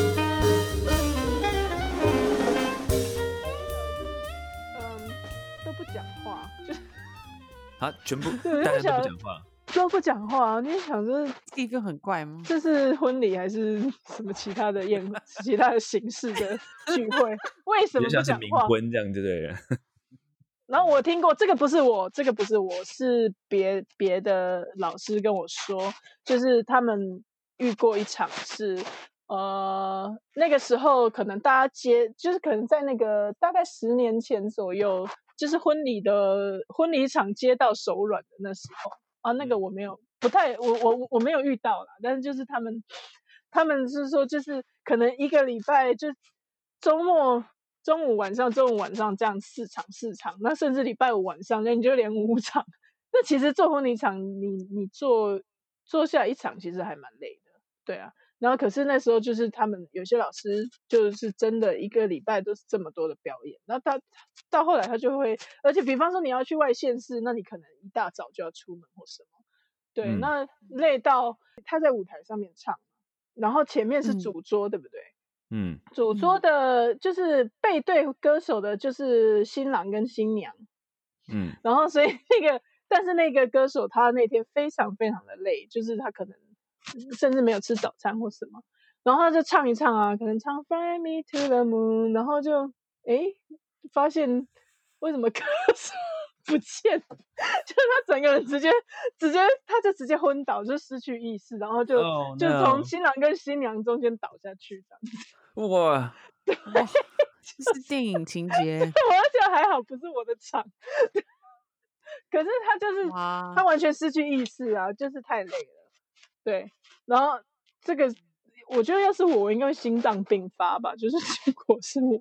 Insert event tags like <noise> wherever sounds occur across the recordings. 嗯讲话，啊，<laughs> 全部对大我想家都不讲话，都不讲话，你也想这地方很怪吗？这是婚礼还是什么其他的宴、其他的形式的聚会？为什比么较不像是讲冥 <laughs> 话？婚这样就对了。然后我听过这个不是我，这个不是我，是别别的老师跟我说，就是他们遇过一场是，呃，那个时候可能大家接，就是可能在那个大概十年前左右，就是婚礼的婚礼场接到手软的那时候啊，那个我没有不太，我我我没有遇到啦，但是就是他们他们是说，就是可能一个礼拜就周末中午、晚上、中午、晚上这样四场、四场，那甚至礼拜五晚上，那你就连五场。那其实做婚礼场，你你做做下一场，其实还蛮累的，对啊。然后可是那时候就是他们有些老师就是真的一个礼拜都是这么多的表演，那他到后来他就会，而且比方说你要去外县市，那你可能一大早就要出门或什么，对，嗯那累到他在舞台上面唱，然后前面是嗯主桌，对不对？嗯，主桌嗯的就是背对歌手的，就是新郎跟新娘，嗯，然后所以 <laughs> 那个，但是那个歌手他那天非常非常的累，就是他可能甚至没有吃早餐或什么，然后他就唱一唱啊，可能唱 Fly Me to the Moon，然后就诶发现为什么歌手 <laughs> 不见了， <laughs> 就是他整个人直接直接他就直接昏倒，就失去意识，然后就、 Oh, 就 no. 从新郎跟新娘中间倒下去的。哇，哇，这是电影情 <laughs> <laughs> 节我而且还好不是我的场， <laughs> 可是他就是哇啊他！完全失去意识啊，就是太累了。对，然后这个我觉得要是我，我应该会心脏病发吧。就是如果是我，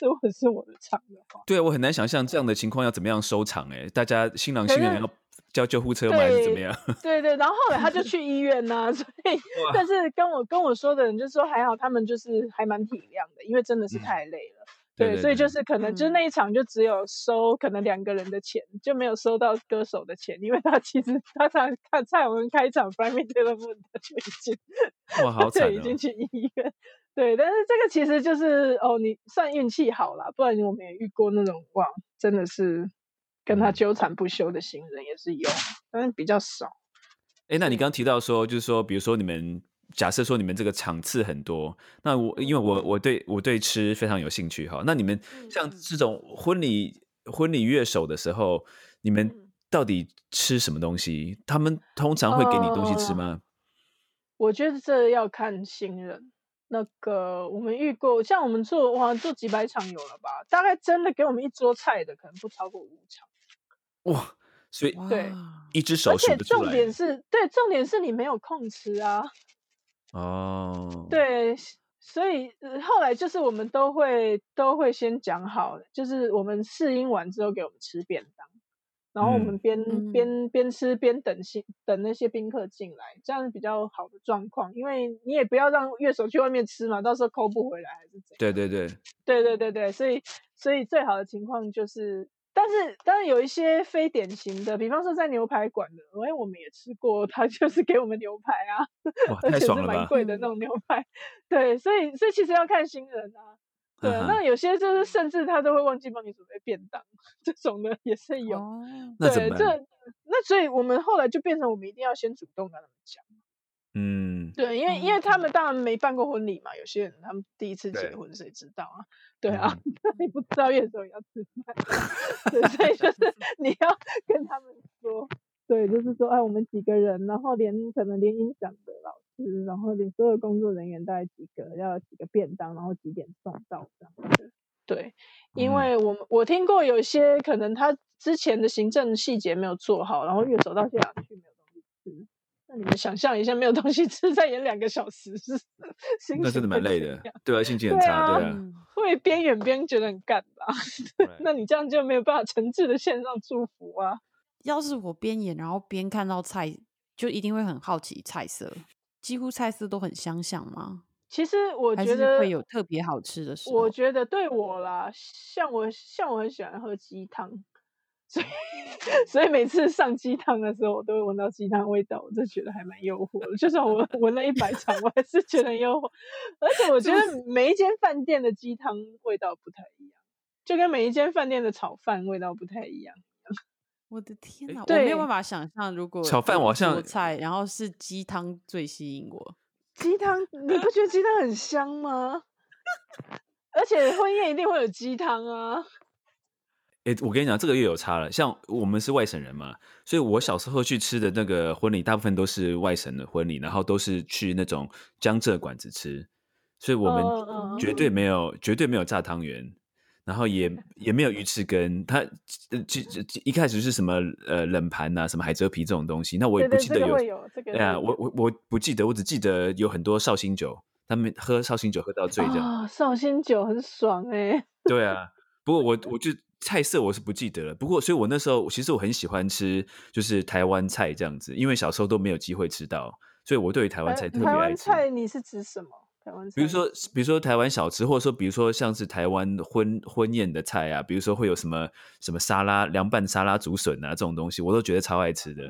如果是我的场的 <laughs> 话，对啊，我很难想象这样的情况要怎么样收场哎、大家新郎可新娘是要叫救护车吗？还是怎么对样？ <laughs> 对对。然后后来他就去医院呐、 <laughs> 所以哇但是跟我跟我说的人就说还好，他们就是还蛮体谅的，因为真的是太累了。嗯对对所以对就是可能就是嗯那一场就只有收可能两个人的钱，就没有收到歌手的钱，因为他其实他才看蔡文开场 f r a m i n t e l e 他就已经哇，好 <laughs> 惨对，已哦、经去医院。对，但是这个其实就是哦，你算运气好啦，不然我们也遇过那种哇，真的是跟他嗯纠缠不休的新人也是有，但是比较少。哎，那你刚刚提到说，就是说，比如说你们假设说你们这个场次很多，那我因为我我对我对吃非常有兴趣哈，那你们像嗯这种婚礼婚礼乐手的时候，你们嗯到底吃什么东西？他们通常会给你东西哦吃吗？我觉得这要看新人。那个我们遇过，像我们做哇做几百场有了吧，大概真的给我们一桌菜的，可能不超过五场。哇，所以对哇一只手而数且得出重来点是对，重点是你没有空吃啊。哦。，对，所以、呃后来就是我们都会都会先讲好，就是我们试音完之后给我们吃便当，然后我们边、嗯边边吃边等新等那些宾客进来，这样是比较好的状况，因为你也不要让乐手去外面吃嘛，到时候抠不回来还是怎样。对对对，对对对对，所以所以最好的情况就是，但是当然有一些非典型的，比方说在牛排馆的，哎，我们也吃过，他就是给我们牛排啊，哇，而太且是爽了蛮吧！贵的那种牛排。对，所以所以其实要看新人嗯啊。对，哈哈那有些就是甚至他都会忘记帮你准备便当，这种的也是有。哦那怎对，么办？这那所以我们后来就变成我们一定要先主动跟他们讲。嗯，对，因为因为他们当然没办过婚礼嘛，有些人他们第一次结对嗯婚，谁知道啊？对啊，那、 <laughs> 你不知道乐手也要吃饭，对，所以就是 <laughs> 你要跟他们说，对，就是说，哎，我们几个人，然后连可能连音响的老师，然后连所有工作人员大概几个，要几个便当，然后几点送到这样子。对，因嗯为我们我听过有些可能他之前的行政细节没有做好，然后乐手到现场去没有东西吃。那你们想象一下，没有东西吃，再演两个小时，是心那真的情蛮会累怎的样，对啊，心情很对差，啊对啊。嗯会边演边觉得很干吧？那你这样就没有办法 <laughs> 诚挚的献上祝福啊。要是我边演然后边看到菜，就一定会很好奇菜色，几乎菜色都很相像吗？其实我还觉是得会有特别好吃的时候？我觉得对我啦，像我像我很喜欢喝鸡汤，所以 <laughs> 所以每次上鸡汤的时候，我都会闻到鸡汤的味道，我就觉得还蛮诱惑的。就算我闻了一百场，我还是觉得很诱惑。而且我觉得每一间饭店的鸡汤味道不太一样。就跟每一间饭店的炒饭味道不太一样。我的天诶哪，我对没有办法想象，如果炒饭有我好很多像菜，然后是鸡汤最吸引我。鸡汤，你不觉得鸡汤很香吗？ <laughs> 而且婚宴一定会有鸡汤啊！哎、我跟你讲，这个又有差了。像我们是外省人嘛，所以我小时候去吃的那个婚礼，大部分都是外省的婚礼，然后都是去那种江浙馆子吃，所以我们嗯绝对没有、绝对没有炸汤圆，然 <laughs> 后也也没有鱼翅羹。它呃就就就一开始是什么呃冷盘呐、什么海蜇皮这种东西，那我也对不对，记这得个有会有这个哎呀，我我我不记得，我只记得有很多绍兴酒，他们喝绍兴酒喝到醉这样。啊、绍兴酒很爽哎、对啊，不过我我就菜色我是不记得了。不过，所以我那时候其实我很喜欢吃就是台湾菜这样子，因为小时候都没有机会吃到，所以我对于台湾菜台特别台爱湾吃。菜你是指什么？台湾菜，比如说，比如说台湾小吃，或者说比如说像是台湾婚婚宴的菜啊，比如说会有什么什么沙拉、凉拌沙拉、竹笋啊这种东西，我都觉得超爱吃的。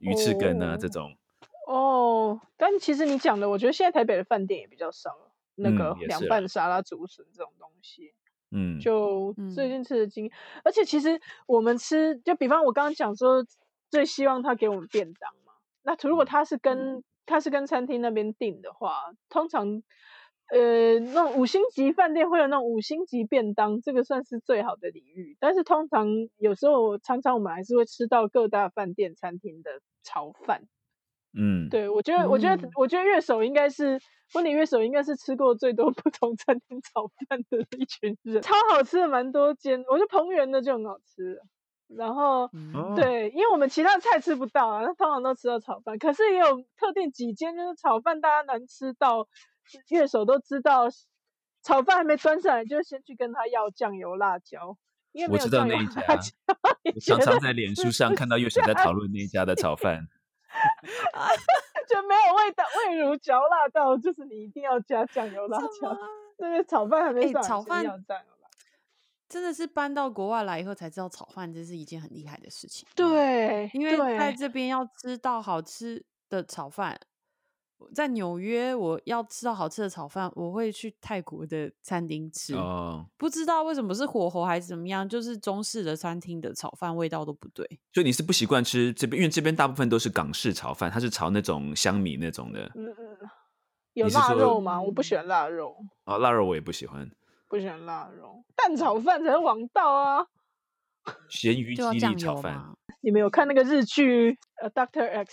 鱼翅羹啊、嗯这哦种，哦，但其实你讲的，我觉得现在台北的饭店也比较少了。那嗯个也凉是拌啦沙拉、竹笋这种东西，嗯，就最嗯近吃的经验。而且其实我们吃，就比方我刚刚讲说，最希望他给我们便当嘛。那如果他是跟、他是跟餐厅那边订的话，通常呃那种五星级饭店会有那种五星级便当，这个算是最好的礼遇。但是通常有时候常常我们还是会吃到各大饭店餐厅的炒饭。嗯，对，我觉得，我觉得嗯，我觉得乐手应该是婚礼乐手，应该是吃过最多不同餐厅炒饭的一群人，超好吃的，蛮多间。我觉得彭源的就很好吃，然后哦嗯，对，因为我们其他菜吃不到啊，那通常都吃到炒饭，可是也有特定几间就是炒饭大家难吃到，乐手都知道，炒饭还没端上来就先去跟他要酱油辣椒，因为没我有知道酱油那一辣家椒。我你常觉常得在脸是书上不看到月雪 <laughs> 在讨论那一家的炒饭。 <laughs> 就没有味道，味如嚼蜡到，就是你一定要加酱油辣什椒么。那个炒饭还没哎上来，炒先饭要酱油辣。真的是搬到国外来以后才知道炒饭这是一件很厉害的事情，对，因为在对这边要吃到好吃的炒饭，在纽约我要吃到好吃的炒饭，我会去泰国的餐厅吃。哦，不知道为什么是火候还是怎么样，就是中式的餐厅的炒饭味道都不对。所以你是不习惯吃这边，因为这边大部分都是港式炒饭，它是炒那种香米那种的。嗯嗯，嗯有你是腊说肉吗？我不喜嗯欢腊肉，哦，腊肉我也不喜欢，不喜欢腊肉，蛋炒饭才是王道啊！咸鱼就要鸡酱粒炒油饭。嘛，你们有看那个日剧呃《Doctor X》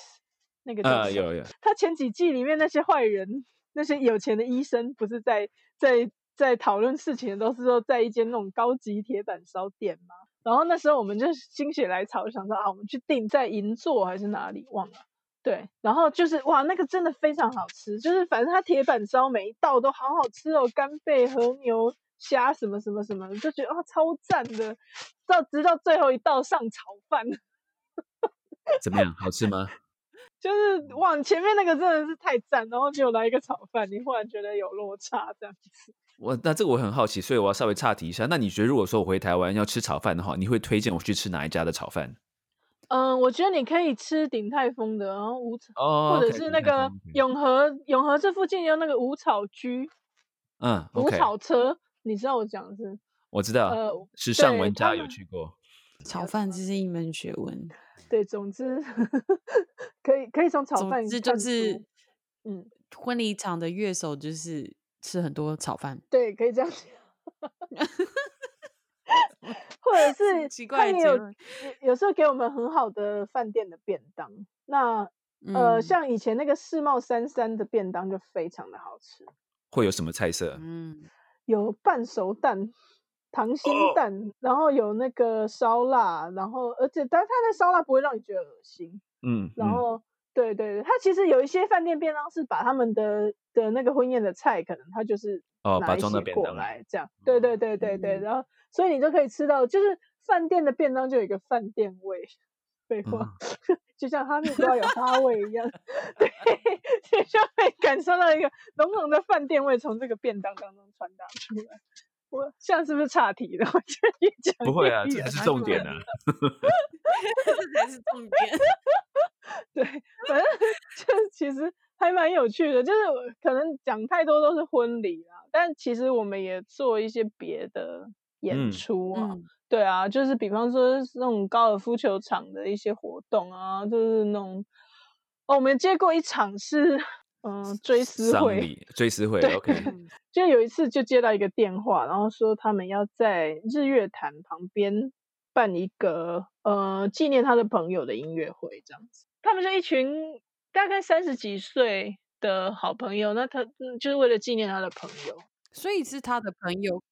那个叫呃，什么有有，他前几季里面那些坏人，那些有钱的医生，不是在在在讨论事情的都是说在一间那种高级铁板烧店嘛。然后那时候我们就心血来潮，想说啊，我们去订在银座还是哪里忘了。对，然后就是哇，那个真的非常好吃，就是反正它铁板烧每一道都好好吃哦，干贝、和牛、虾什么什么什么的，就觉得啊超赞的。到直到最后一道上炒饭，怎么样？好吃吗？就是哇，前面那个真的是太赞，然后结果来一个炒饭，你忽然觉得有落差这样子。我那这个我很好奇，所以我要稍微岔题一下。那你觉得如果说我回台湾要吃炒饭的话，你会推荐我去吃哪一家的炒饭？嗯，我觉得你可以吃鼎泰丰的，然后五草，哦或者是那个永和永和这附近有那个五草居、嗯五，OK，草车，你知道我讲的是？我知道呃，时尚对玩他家有们去过。炒饭这是一门学问。对，总之 <laughs> 可以可以从炒饭总之就看是出，嗯，婚礼场的乐手就是吃很多炒饭，对，可以这样讲。 <laughs> <laughs> 或者什么是奇他怪的也结有论有有时候给我们很好的饭店的便当。那呃，嗯像以前那个世贸三三的便当就非常的好吃，会有什么菜色？嗯，有半熟蛋、溏心哦蛋，然后有那个烧腊，然后而且但它的烧腊不会让你觉得恶心，嗯，然嗯后、对对对，它其实有一些饭店便当是把他们的的那个婚宴的菜，可能它就是哦拿把一装到些便过当里哦嗯来这样，对对对对对，然后所以你就可以吃到，就是饭店的便当就有一个饭店味，废话，嗯就像哈密瓜有花味一 <laughs> 样，对，你就会感受到一个浓浓的饭店味从这个便当当中传达出来。我这样是不是岔题了？我 <laughs> 觉得你讲不会 <laughs> 啊，越这远才是了重点啊。这才是重点。对，反正 <laughs> 就是其实还蛮有趣的，就是我可能讲太多都是婚礼啦，但其实我们也做一些别的演嗯出啊，嗯对啊，就是比方说是那种高尔夫球场的一些活动啊，就是那种哦，我们接过一场是嗯、追思丧会，礼追思会对，OK，嗯就有一次就接到一个电话，然后说他们要在日月潭旁边办一个呃纪念他的朋友的音乐会，这样子。他们就一群大概三十几岁的好朋友，那他嗯就是为了纪念他的朋友所以是他的朋友，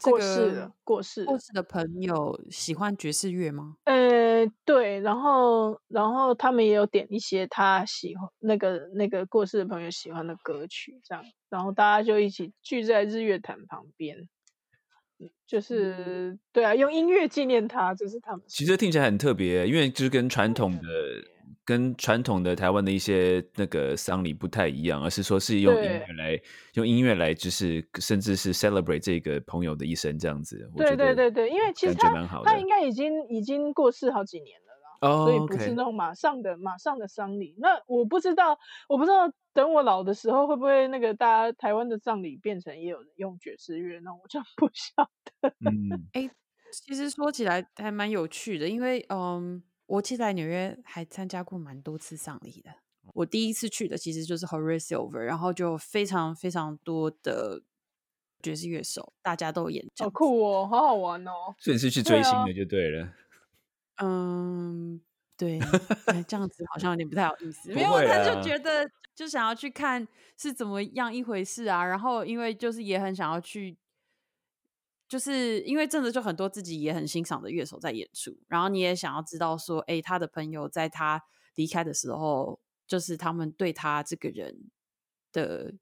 这过世个了，过世了过。世的朋友喜欢爵士乐吗？呃，对，然后然后他们也有点一些他喜欢那个那个过世的朋友喜欢的歌曲，这样，然后大家就一起聚在日月潭旁边，嗯就是、对啊，用音乐纪念他，这是他们其实听起来很特别，欸因为就是跟传啊统的、跟传统的台湾的一些那个丧礼不太一样，而是说是用音乐来用音乐来，就是甚至是 celebrate 这个朋友的一生这样子。我对觉对得对对，因为其实感觉他蛮好的他应该已经已经过世好几年了啦，哦所以不 OK 是那种马上的马上的丧礼。那我不知道，我不知道等我老的时候会不会那个大家台湾的葬礼变成也有人用爵士乐，那我就不 <laughs> 晓嗯，其实说起来还蛮有趣的，因为嗯，我其实来纽约还参加过蛮多次丧礼的。我第一次去的其实就是 Horace Silver，然后就有非常非常多的爵士乐手，大家都有演好唱。酷哦，好好玩哦。所以你是去对追星啊的就对了。嗯， <laughs> 对，哎这样子好像有点不太好意思。不没有，会他啊就觉得就想要去看是怎么样一回事啊。然后因为就是也很想要去，就是因为真的就很多自己也很欣赏的乐手在演出，然后你也想要知道说，哎，他的朋友在他离开的时候，就是他们对他这个人的，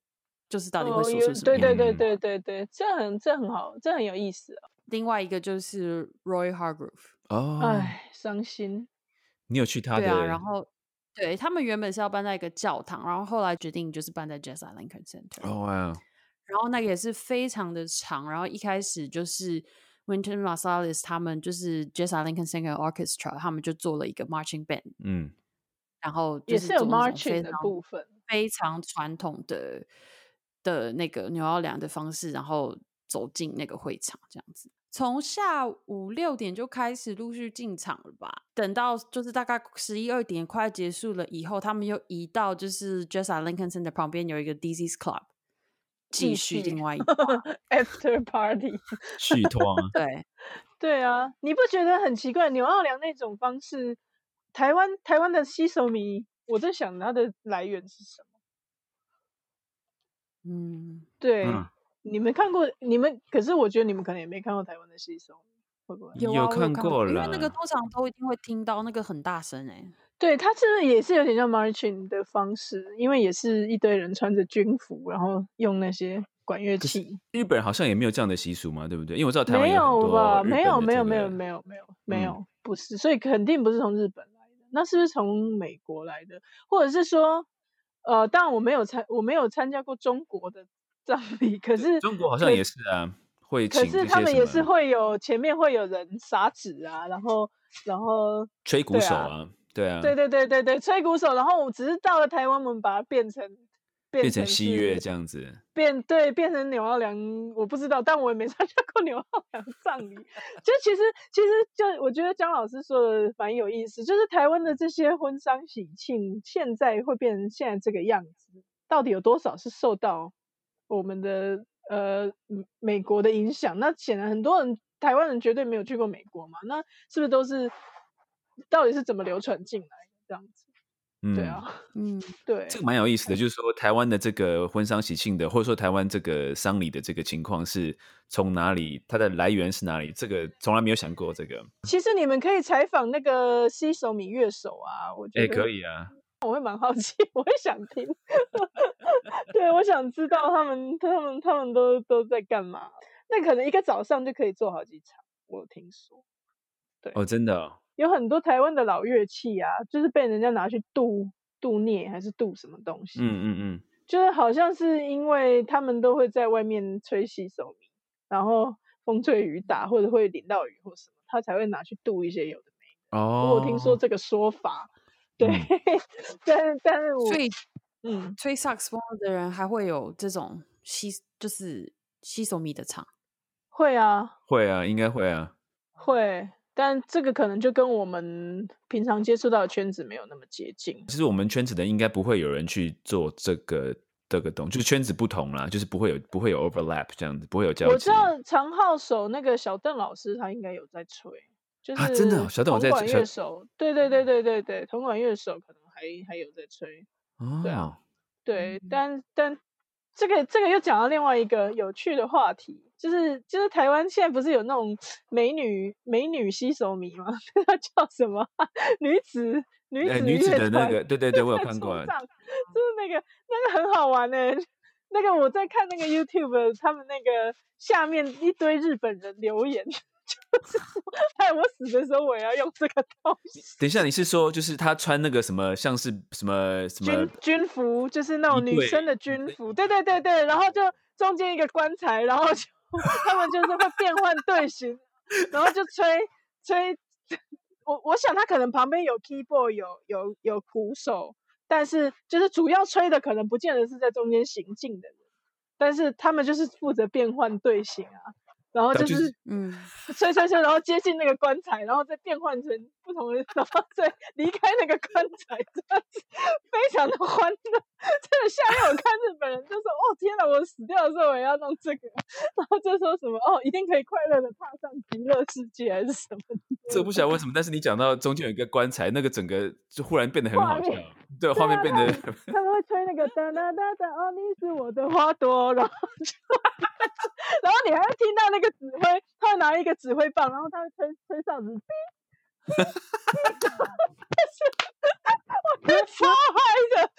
就是到底会哦说有出什么对样的对对啊嗯对对对，这很这很好，这很有意思哦。另外一个就是 Roy Hargrove，哦，唉，伤心。你有去他的？对啊，然后对他们原本是要搬在一个教堂，然后后来决定就是搬在 Jazz at Lincoln Center，、哦哇，然后那个也是非常的长，然后一开始就是 Winton Marsalis 他们就是 Jazz at Lincoln Center Orchestra，他们就做了一个 marching band，嗯，然后就也是是有做那种非 marching 的常部分，非常传统的的那个扭奥良的方式，然后走进那个会场这样子。从下午六点就开始陆续进场了吧？等到就是大概十一二点快结束了以后，他们又移到就是 j e s s a Lincoln Center 旁边有一个 Dizzy's Club，继继续续另外一 after party。 <laughs> 续托啊 <laughs> 对对啊，你不觉得很奇怪？纽奥良那种方式，台湾台湾的吸手迷，我在想它的来源是什么？嗯，对，嗯你们看过？你们可是我觉得你们可能也没看过台湾的吸手，会不会？有啊，我看看过因为那个啦通常都一定会听到那个很大声哎、对，它是不是也是有点像 marching 的方式？因为也是一堆人穿着军服，然后用那些管乐器。日本好像也没有这样的习俗嘛，对不对？因为我知道台湾没有很有吧？多没有，没有，没有，有。没有，没有，没嗯有，不是，所以肯定不是从日本来的。那是不是从美国来的？或者是说，呃，当然我没有参，我没有参加过中国的葬礼，可是中国好像也是啊，会请可这是些他们什也是么会有前面会有人撒纸啊，然后然后吹鼓对手啊啊，对啊，对对对对对吹鼓手，然后我只是到了台湾，我们把它变成变成是西乐这样子。变对变成纽奥良，我不知道，但我也没 <laughs> 参加过纽奥良葬礼。就其实其实就我觉得姜老师说的蛮有意思，就是台湾的这些婚丧喜庆现在会变成现在这个样子，到底有多少是受到我们的呃嗯美国的影响？那显然很多人台湾人绝对没有去过美国嘛，那是不是都是到底是怎么流传进来的这样子？嗯，对啊，嗯，对，这个蛮有意思的，就是说台湾的这个婚丧喜庆的，或者说台湾这个丧礼的这个情况是从哪里，它的来源是哪里？这个从来没有想过这个。其实你们可以采访那个西手米乐手啊，我觉哎，得可以啊，我会蛮好奇，我会想听。 <laughs> 对，我想知道他们、他们、他们都都在干嘛。那可能一个早上就可以做好几场，我有听说哦，真的哦，有很多台湾的老乐器啊，就是被人家拿去镀镀镍还是镀什么东西，嗯嗯嗯，就是好像是因为他们都会在外面吹洗手米，然后风吹雨打或者会淋到雨或什么，他才会拿去镀一些有的没的。哦，我有听说这个说法，对，嗯但是但是我所以嗯。吹萨克斯风的人还会有这种吸，就是吸手米的场。会啊，会啊，应该会啊。会，但这个可能就跟我们平常接触到的圈子没有那么接近。其实我们圈子的应该不会有人去做这个这个东，就是圈子不同啦，就是不会有不会有 overlap 这样子，不会有交集。我知道长号手那个小邓老师，他应该有在吹，就啊是真的哦小邓有铜在管吹乐手，对对对对对对，铜管乐手可能还还有在吹，对啊哦，对嗯，但但这个这个又讲到另外一个有趣的话题，就是就是台湾现在不是有那种美女美女吸手迷吗？ <laughs> 那叫什么女子女哎，子女子乐的那团个，对对对，我 <laughs> 有在看桌过啊，上就是那个那个很好玩呢、 <laughs> 那个我在看那个 YouTube，他们那个下面一堆日本人留言， <laughs> 就是说，哎，我 <laughs> 死的时候我也要用这个东西。等一下，你是说就是他穿那个什么，像是什么什么军？军服就是那种衣女柜生的军服，对对对对，然后就中间一个棺材，然后就他们就是会变换队形，然后就吹吹。我我想他可能旁边有 keyboard 有有有鼓手，但是就是主要吹的可能不见得是在中间行进的人，但是他们就是负责变换队形啊，然后那就就是嗯，吹吹吹，然后接近那个棺材，然后再变换成不同的，然后再离开那个棺材，这样子非常的欢乐。这个下面我看日本人就说：“哦，天哪！我死掉的时候我也要弄这个。” <laughs> 然后就说什么：“哦，一定可以快乐的踏上极乐世界，还是什么这不晓得为什么，但是你讲到中间有一个棺材，那个整个就忽然变得很画好笑面，啊对，画面变得？”他们会吹那个哒哒哒哒，哦，你是我的花朵，然后就，然后你还会听到那个指挥，他会拿一个指挥棒，然后他会吹吹哨子，我觉得超嗨的。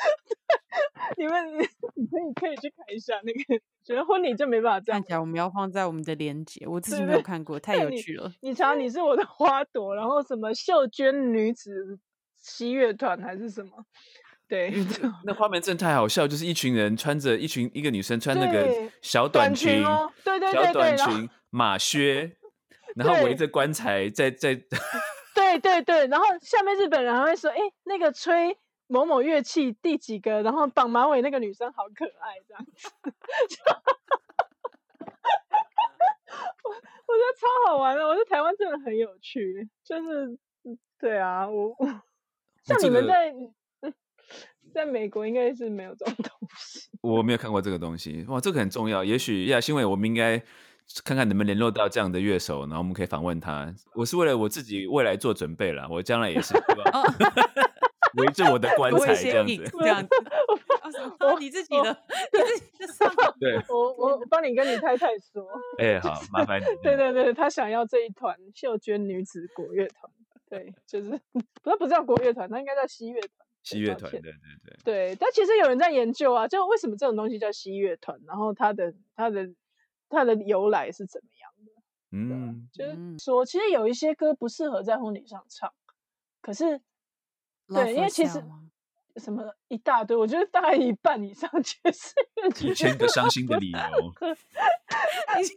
你们，你可以可以去看一下那个，觉得婚礼就没办法这样看。起来我们要放在我们的链接，我自己对没有对看过，太那有你趣 <laughs> 了。你瞧，你是我的花朵，然后什么秀娟女子西乐团还是什么？对， <laughs> 那画面真的太好笑，就是一群人穿着一群一个女生穿那个对小短裙，哦，对对小对对，短然后裙、<laughs> 马靴，然后围对着棺材在在， <laughs> 对对对，然后下面日本人还会说，哎，那个吹某某乐器第几个，然后绑马尾那个女生好可爱，这样子， <laughs> 我我觉得超好玩的，我觉得台湾真的很有趣，就是嗯对啊，我我像这你们个在、嗯在美国应该是没有这种东 <laughs> 西，我没有看过这个东西，哇，这个很重要。也许亚新伟，我们应该看看能不能联络到这样的乐手，然后我们可以访问他。我是为了我自己未来做准备啦，我将来也是希望围着 <laughs> 我的棺我材一这些样 hint，子。这样子。啊什么我你自己我的，你自己的上网对，我我我帮你跟你太太说，哎、好，麻烦你。 <laughs> 对对对，他想要这一团秀娟女子国乐团，对，就是 <laughs> 不是不是叫国乐团，他应该叫西乐团。西乐抱团，歉对对对。对，但其实有人在研究啊，就为什么这种东西叫西乐团，然后它的它的它的由来是怎么样的？ <laughs> 嗯，就是嗯说，其实有一些歌不适合在婚礼上唱，可是 Love <laughs> 对，因为其 Yourself 实吗什么一大堆，我觉得大概一半以上 <laughs> 全是 <laughs> 以前的伤心的理由， <laughs> 你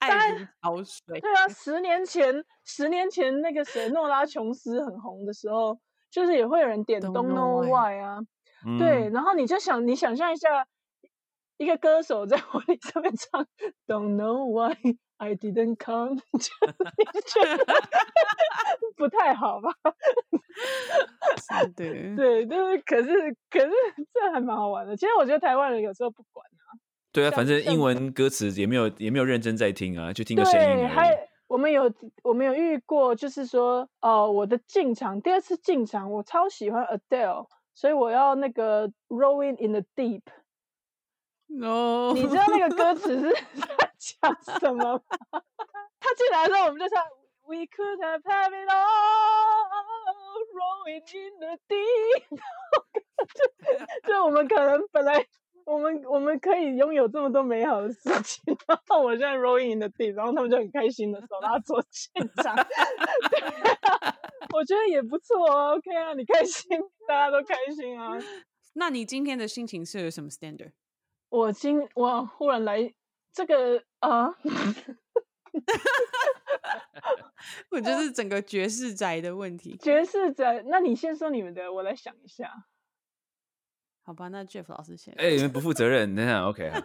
爱如潮水，对啊，十年前，十年前那个谁，诺拉琼斯很红的时候，就是也会有人点 Don't Don't Know Know Why Why 啊，嗯、对，，然后你就想，你想象一下，一个歌手在婚礼上面唱 Don't Know Why I Didn't Come，就 <laughs> 你觉得不太好吧？真的。对，就是可是可是这还蛮好玩的。其实我觉得台湾人有时候不管，对啊，像反正像英文歌词也没有也没有认真在听啊，就听个声音对，而已。还我们有我们有遇过，就是说，呃，我的进场第二次进场，我超喜欢 Adele，所以我要那个 Rolling in the Deep。 No， <laughs> 你知道那个歌词是 <laughs> 在讲什么吗？他进来的时候，我们就唱 We could have had it all, rolling in the deep <laughs> 就。就我们可能本来我们我们可以拥有这么多美好的事情，然后我现在 rolling in the deep，然后他们就很开心的手拉手进场。对啊我觉得也不错啊，OK 啊，你开心，大家都开心啊。那你今天的心情是有什么 standard？我今我忽然来这个啊， <laughs> 呃我就是整个爵士宅的问题。爵士者，那你先说你们的，我来想一下。好吧，那 Jeff 老师先。哎、你们不负责任，等等，OK 好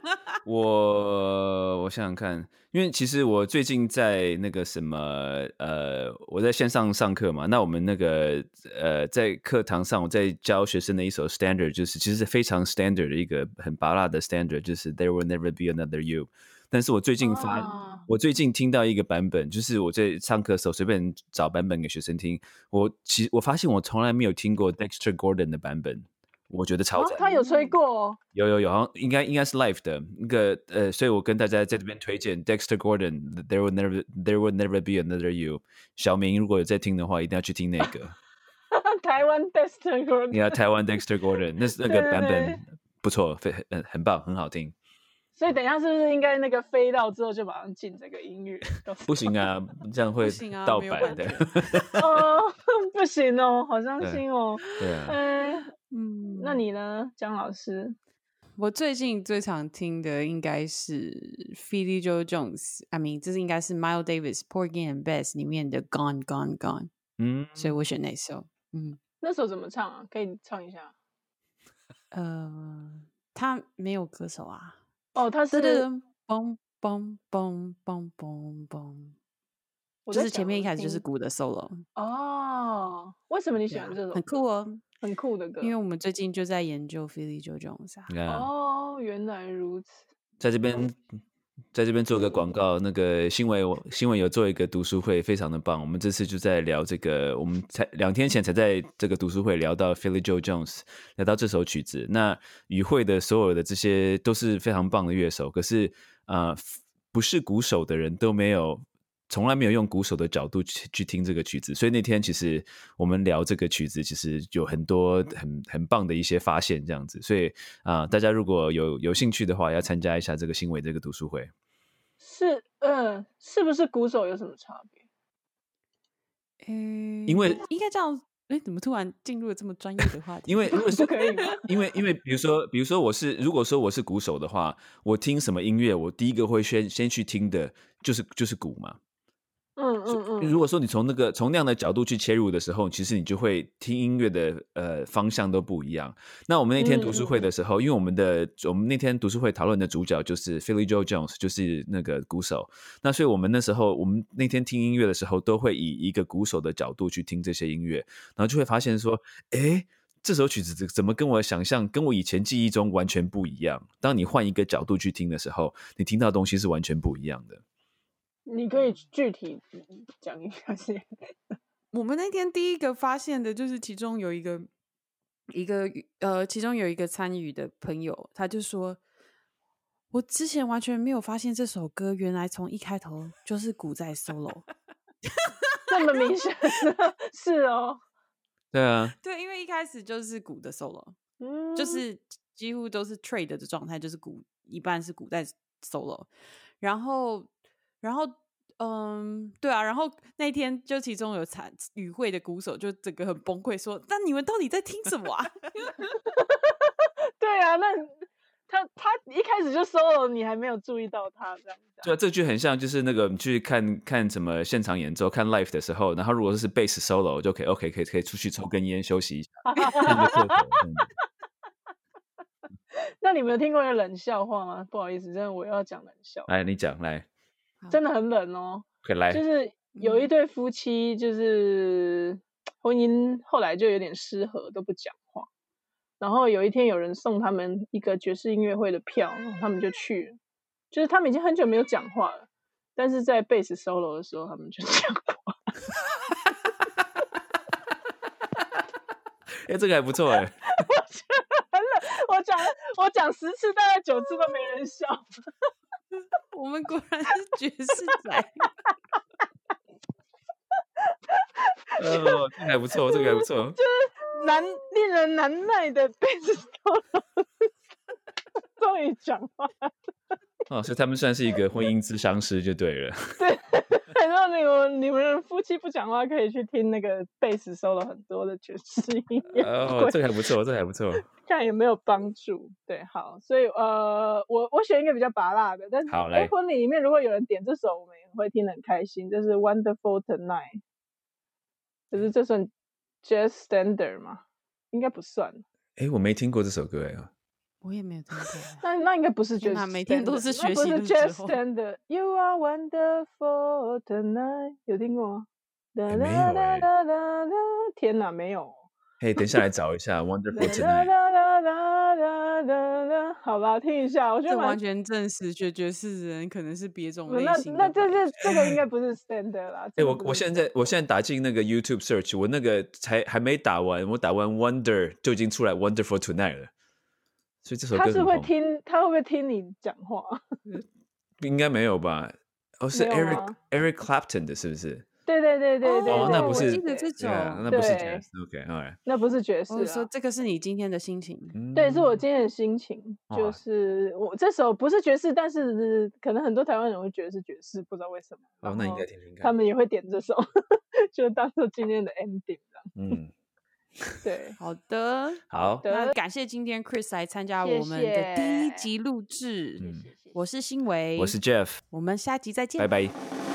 我我想想看，因为其实我最近在那个什么呃，我在线上上课嘛，那我们那个呃，在课堂上我在教学生的一首 standard，就是其实是非常 standard 的一个很拔辣的 standard，就是 There will never be another you。但是我最近发哦我最近听到一个版本，就是我在上课的时候随便找版本给学生听，我其实我发现我从来没有听过 Dexter Gordon 的版本，我觉得超哦赞。他有吹嗯过哦，有有有，好像应该应该是 live 的那个呃，所以我跟大家在这边推荐 Dexter Gordon The- There will never There will never be another you。小明如果有在听的话，一定要去听那个。台湾 <laughs> Dexter Gordon 你看台湾 Dexter Gordon 那是那个对对版本对不错，非很很棒，很好听。所以等一下是不是应该那个飞到之后就马上进这个音乐？不行啊，这样会行啊盗没有版版的。哦， <laughs> 不行哦，好伤心哦。对啊，嗯、嗯那你呢，姜老师？我最近最常听的应该是 Philly Joe Jones，I mean，这是应该是 Miles Davis、Porgy and Bess 里面的 Gone Gone Gone，嗯，所以我选那首。嗯，那首怎么唱啊？可以唱一下。呃，他没有歌手啊。哦，他是嘣嘣嘣嘣嘣嘣嘣，我就在是前想面一我开始就是听鼓的 solo，哦。为什么你喜对啊欢这首？很酷，哦。很酷的歌。因为我们最近就在研究 Philly Joe Jones 啊，你看啊，哦，原来如此。在这边在这边做个广告，那个新闻我新闻有做一个读书会，非常的棒。我们这次就在聊这个，我们才两天前才在这个读书会聊到 Philly Joe Jones，聊到这首曲子。那与会的所有的这些都是非常棒的乐手，可是呃，不是鼓手的人都没有。从来没有用鼓手的角度去去听这个曲子，所以那天其实我们聊这个曲子，其实有很多很很棒的一些发现，这样子。所以啊、大家如果有有兴趣的话，要参加一下这个新伟这个读书会。是，嗯、是不是鼓手有什么差别？嗯因为应该这样，哎，怎么突然进入了这么专业的话题？因为 <laughs> 如果不说可以吗？因为因为比如说比如说我是如果说我是鼓手的话，我听什么音乐，我第一个会先先去听的就是就是鼓嘛。嗯嗯嗯。如果说你从那个从那样的角度去切入的时候，其实你就会听音乐的呃方向都不一样。那我们那天读书会的时候，因为我们的我们那天读书会讨论的主角就是 Philly Joe Jones，就是那个鼓手。那所以我们那时候我们那天听音乐的时候，都会以一个鼓手的角度去听这些音乐，然后就会发现说，诶。这首曲子怎怎么跟我想象、跟我以前记忆中完全不一样？当你换一个角度去听的时候，你听到的东西是完全不一样的。你可以具体讲一下先。我们那天第一个发现的就是其中有一个一个呃，其中有一个参与的朋友，他就说，我之前完全没有发现这首歌原来从一开头就是鼓在 solo。这么明显， <laughs> 是哦，对啊， <laughs> 对，因为一开始就是鼓的 solo，嗯，就是几乎都是 trade 的状态，就是鼓一半是鼓在 solo，然后然后嗯，对啊，然后那天就其中有参与会的鼓手就整个很崩溃说，那你们到底在听什么啊？对啊，那他他一开始就 solo，你还没有注意到他这样子啊。对啊，这句很像就是那个你去看看什么现场演奏、看 live 的时候，然后如果是 bass solo 就可以 OK，可以可以出去抽根烟休 <laughs> 息一下，上个厕所。嗯那你们有听过一个冷笑话吗？不好意思，真的我要讲冷笑，来，你讲，来，真的很冷哦。可以来，就是有一嗯对夫妻，就是婚姻后来就有点失和，都不讲话。然后有一天有人送他们一个爵士音乐会的票，然后他们就去了。就是他们已经很久没有讲话了，但是在贝斯 solo 的时候，他们就 <laughs> 讲话。哎、这个还不错哎、我讲我讲十次，大概九次都没人笑。我们果然是爵士仔。哦，这个还不错，这个还不 <laughs> 错，难令人难耐的贝斯 solo，终于讲话。哦，所以他们算是一个婚姻咨商师就对 <laughs> 了。然后你们你们夫妻不讲话，可以去听那个贝斯 solo 很多的爵士音乐 <laughs> 哦，会，这个还不错，这个还不错。看有没有帮助。对，好，所以呃，我我选一个比较拔辣的，但是好哎来婚礼里面如果有人点这首，我们也会听得很开心，就是 Wonderful Tonight。可是这算 jazz standard 吗？应该不算。哎，我没听过这首歌哎啊， <laughs> 我也没有听过。啊那那应该不是 j u 天哪 s 每天都是学不习是的时 j u s 候 t a n 的 You Are Wonderful Tonight，有听过吗？哒哎没哒有哒哎哒哒哒天哪，没有。嘿，等一下来找一 <laughs> 下哒 Wonderful 哒哒 Tonight。哒哒哒哒，好吧，听一下，我觉得 <laughs> 这蛮完全证实绝绝世人可能是别种类那型的吧。那这这这个应该不是 stand 啦。哎，这个我不我是现 stand 在我现在打进那个 YouTube search，我那个才还没打完，我打完 Wonder 就已经出来 Wonderful Tonight 了，所以这首歌他是很会红听，他会不会听你讲话？ <laughs> 应该没有吧？哦，是没有啊 Eric 吗 Eric Clapton 的，是不是？对对对对哦对对，哦，那不我是啊记得这 yeah，种那不是哦对 Jazz。OK，All right，那不是爵士我说啊。这个是你今天的心情。嗯对，是我今天的心情，哇就是我这首不是爵士，但是可能很多台湾人会觉得是爵士，不知道为什么。哦，然那应后该听听看。他们也会点这首， <laughs> 就当做今天的 ending 了。嗯，对，好的，好，那得感谢今天 Chris 来参加呃谢我们的第一谢集录制。嗯我是新维，我是 Jeff，我们下集再见，拜拜。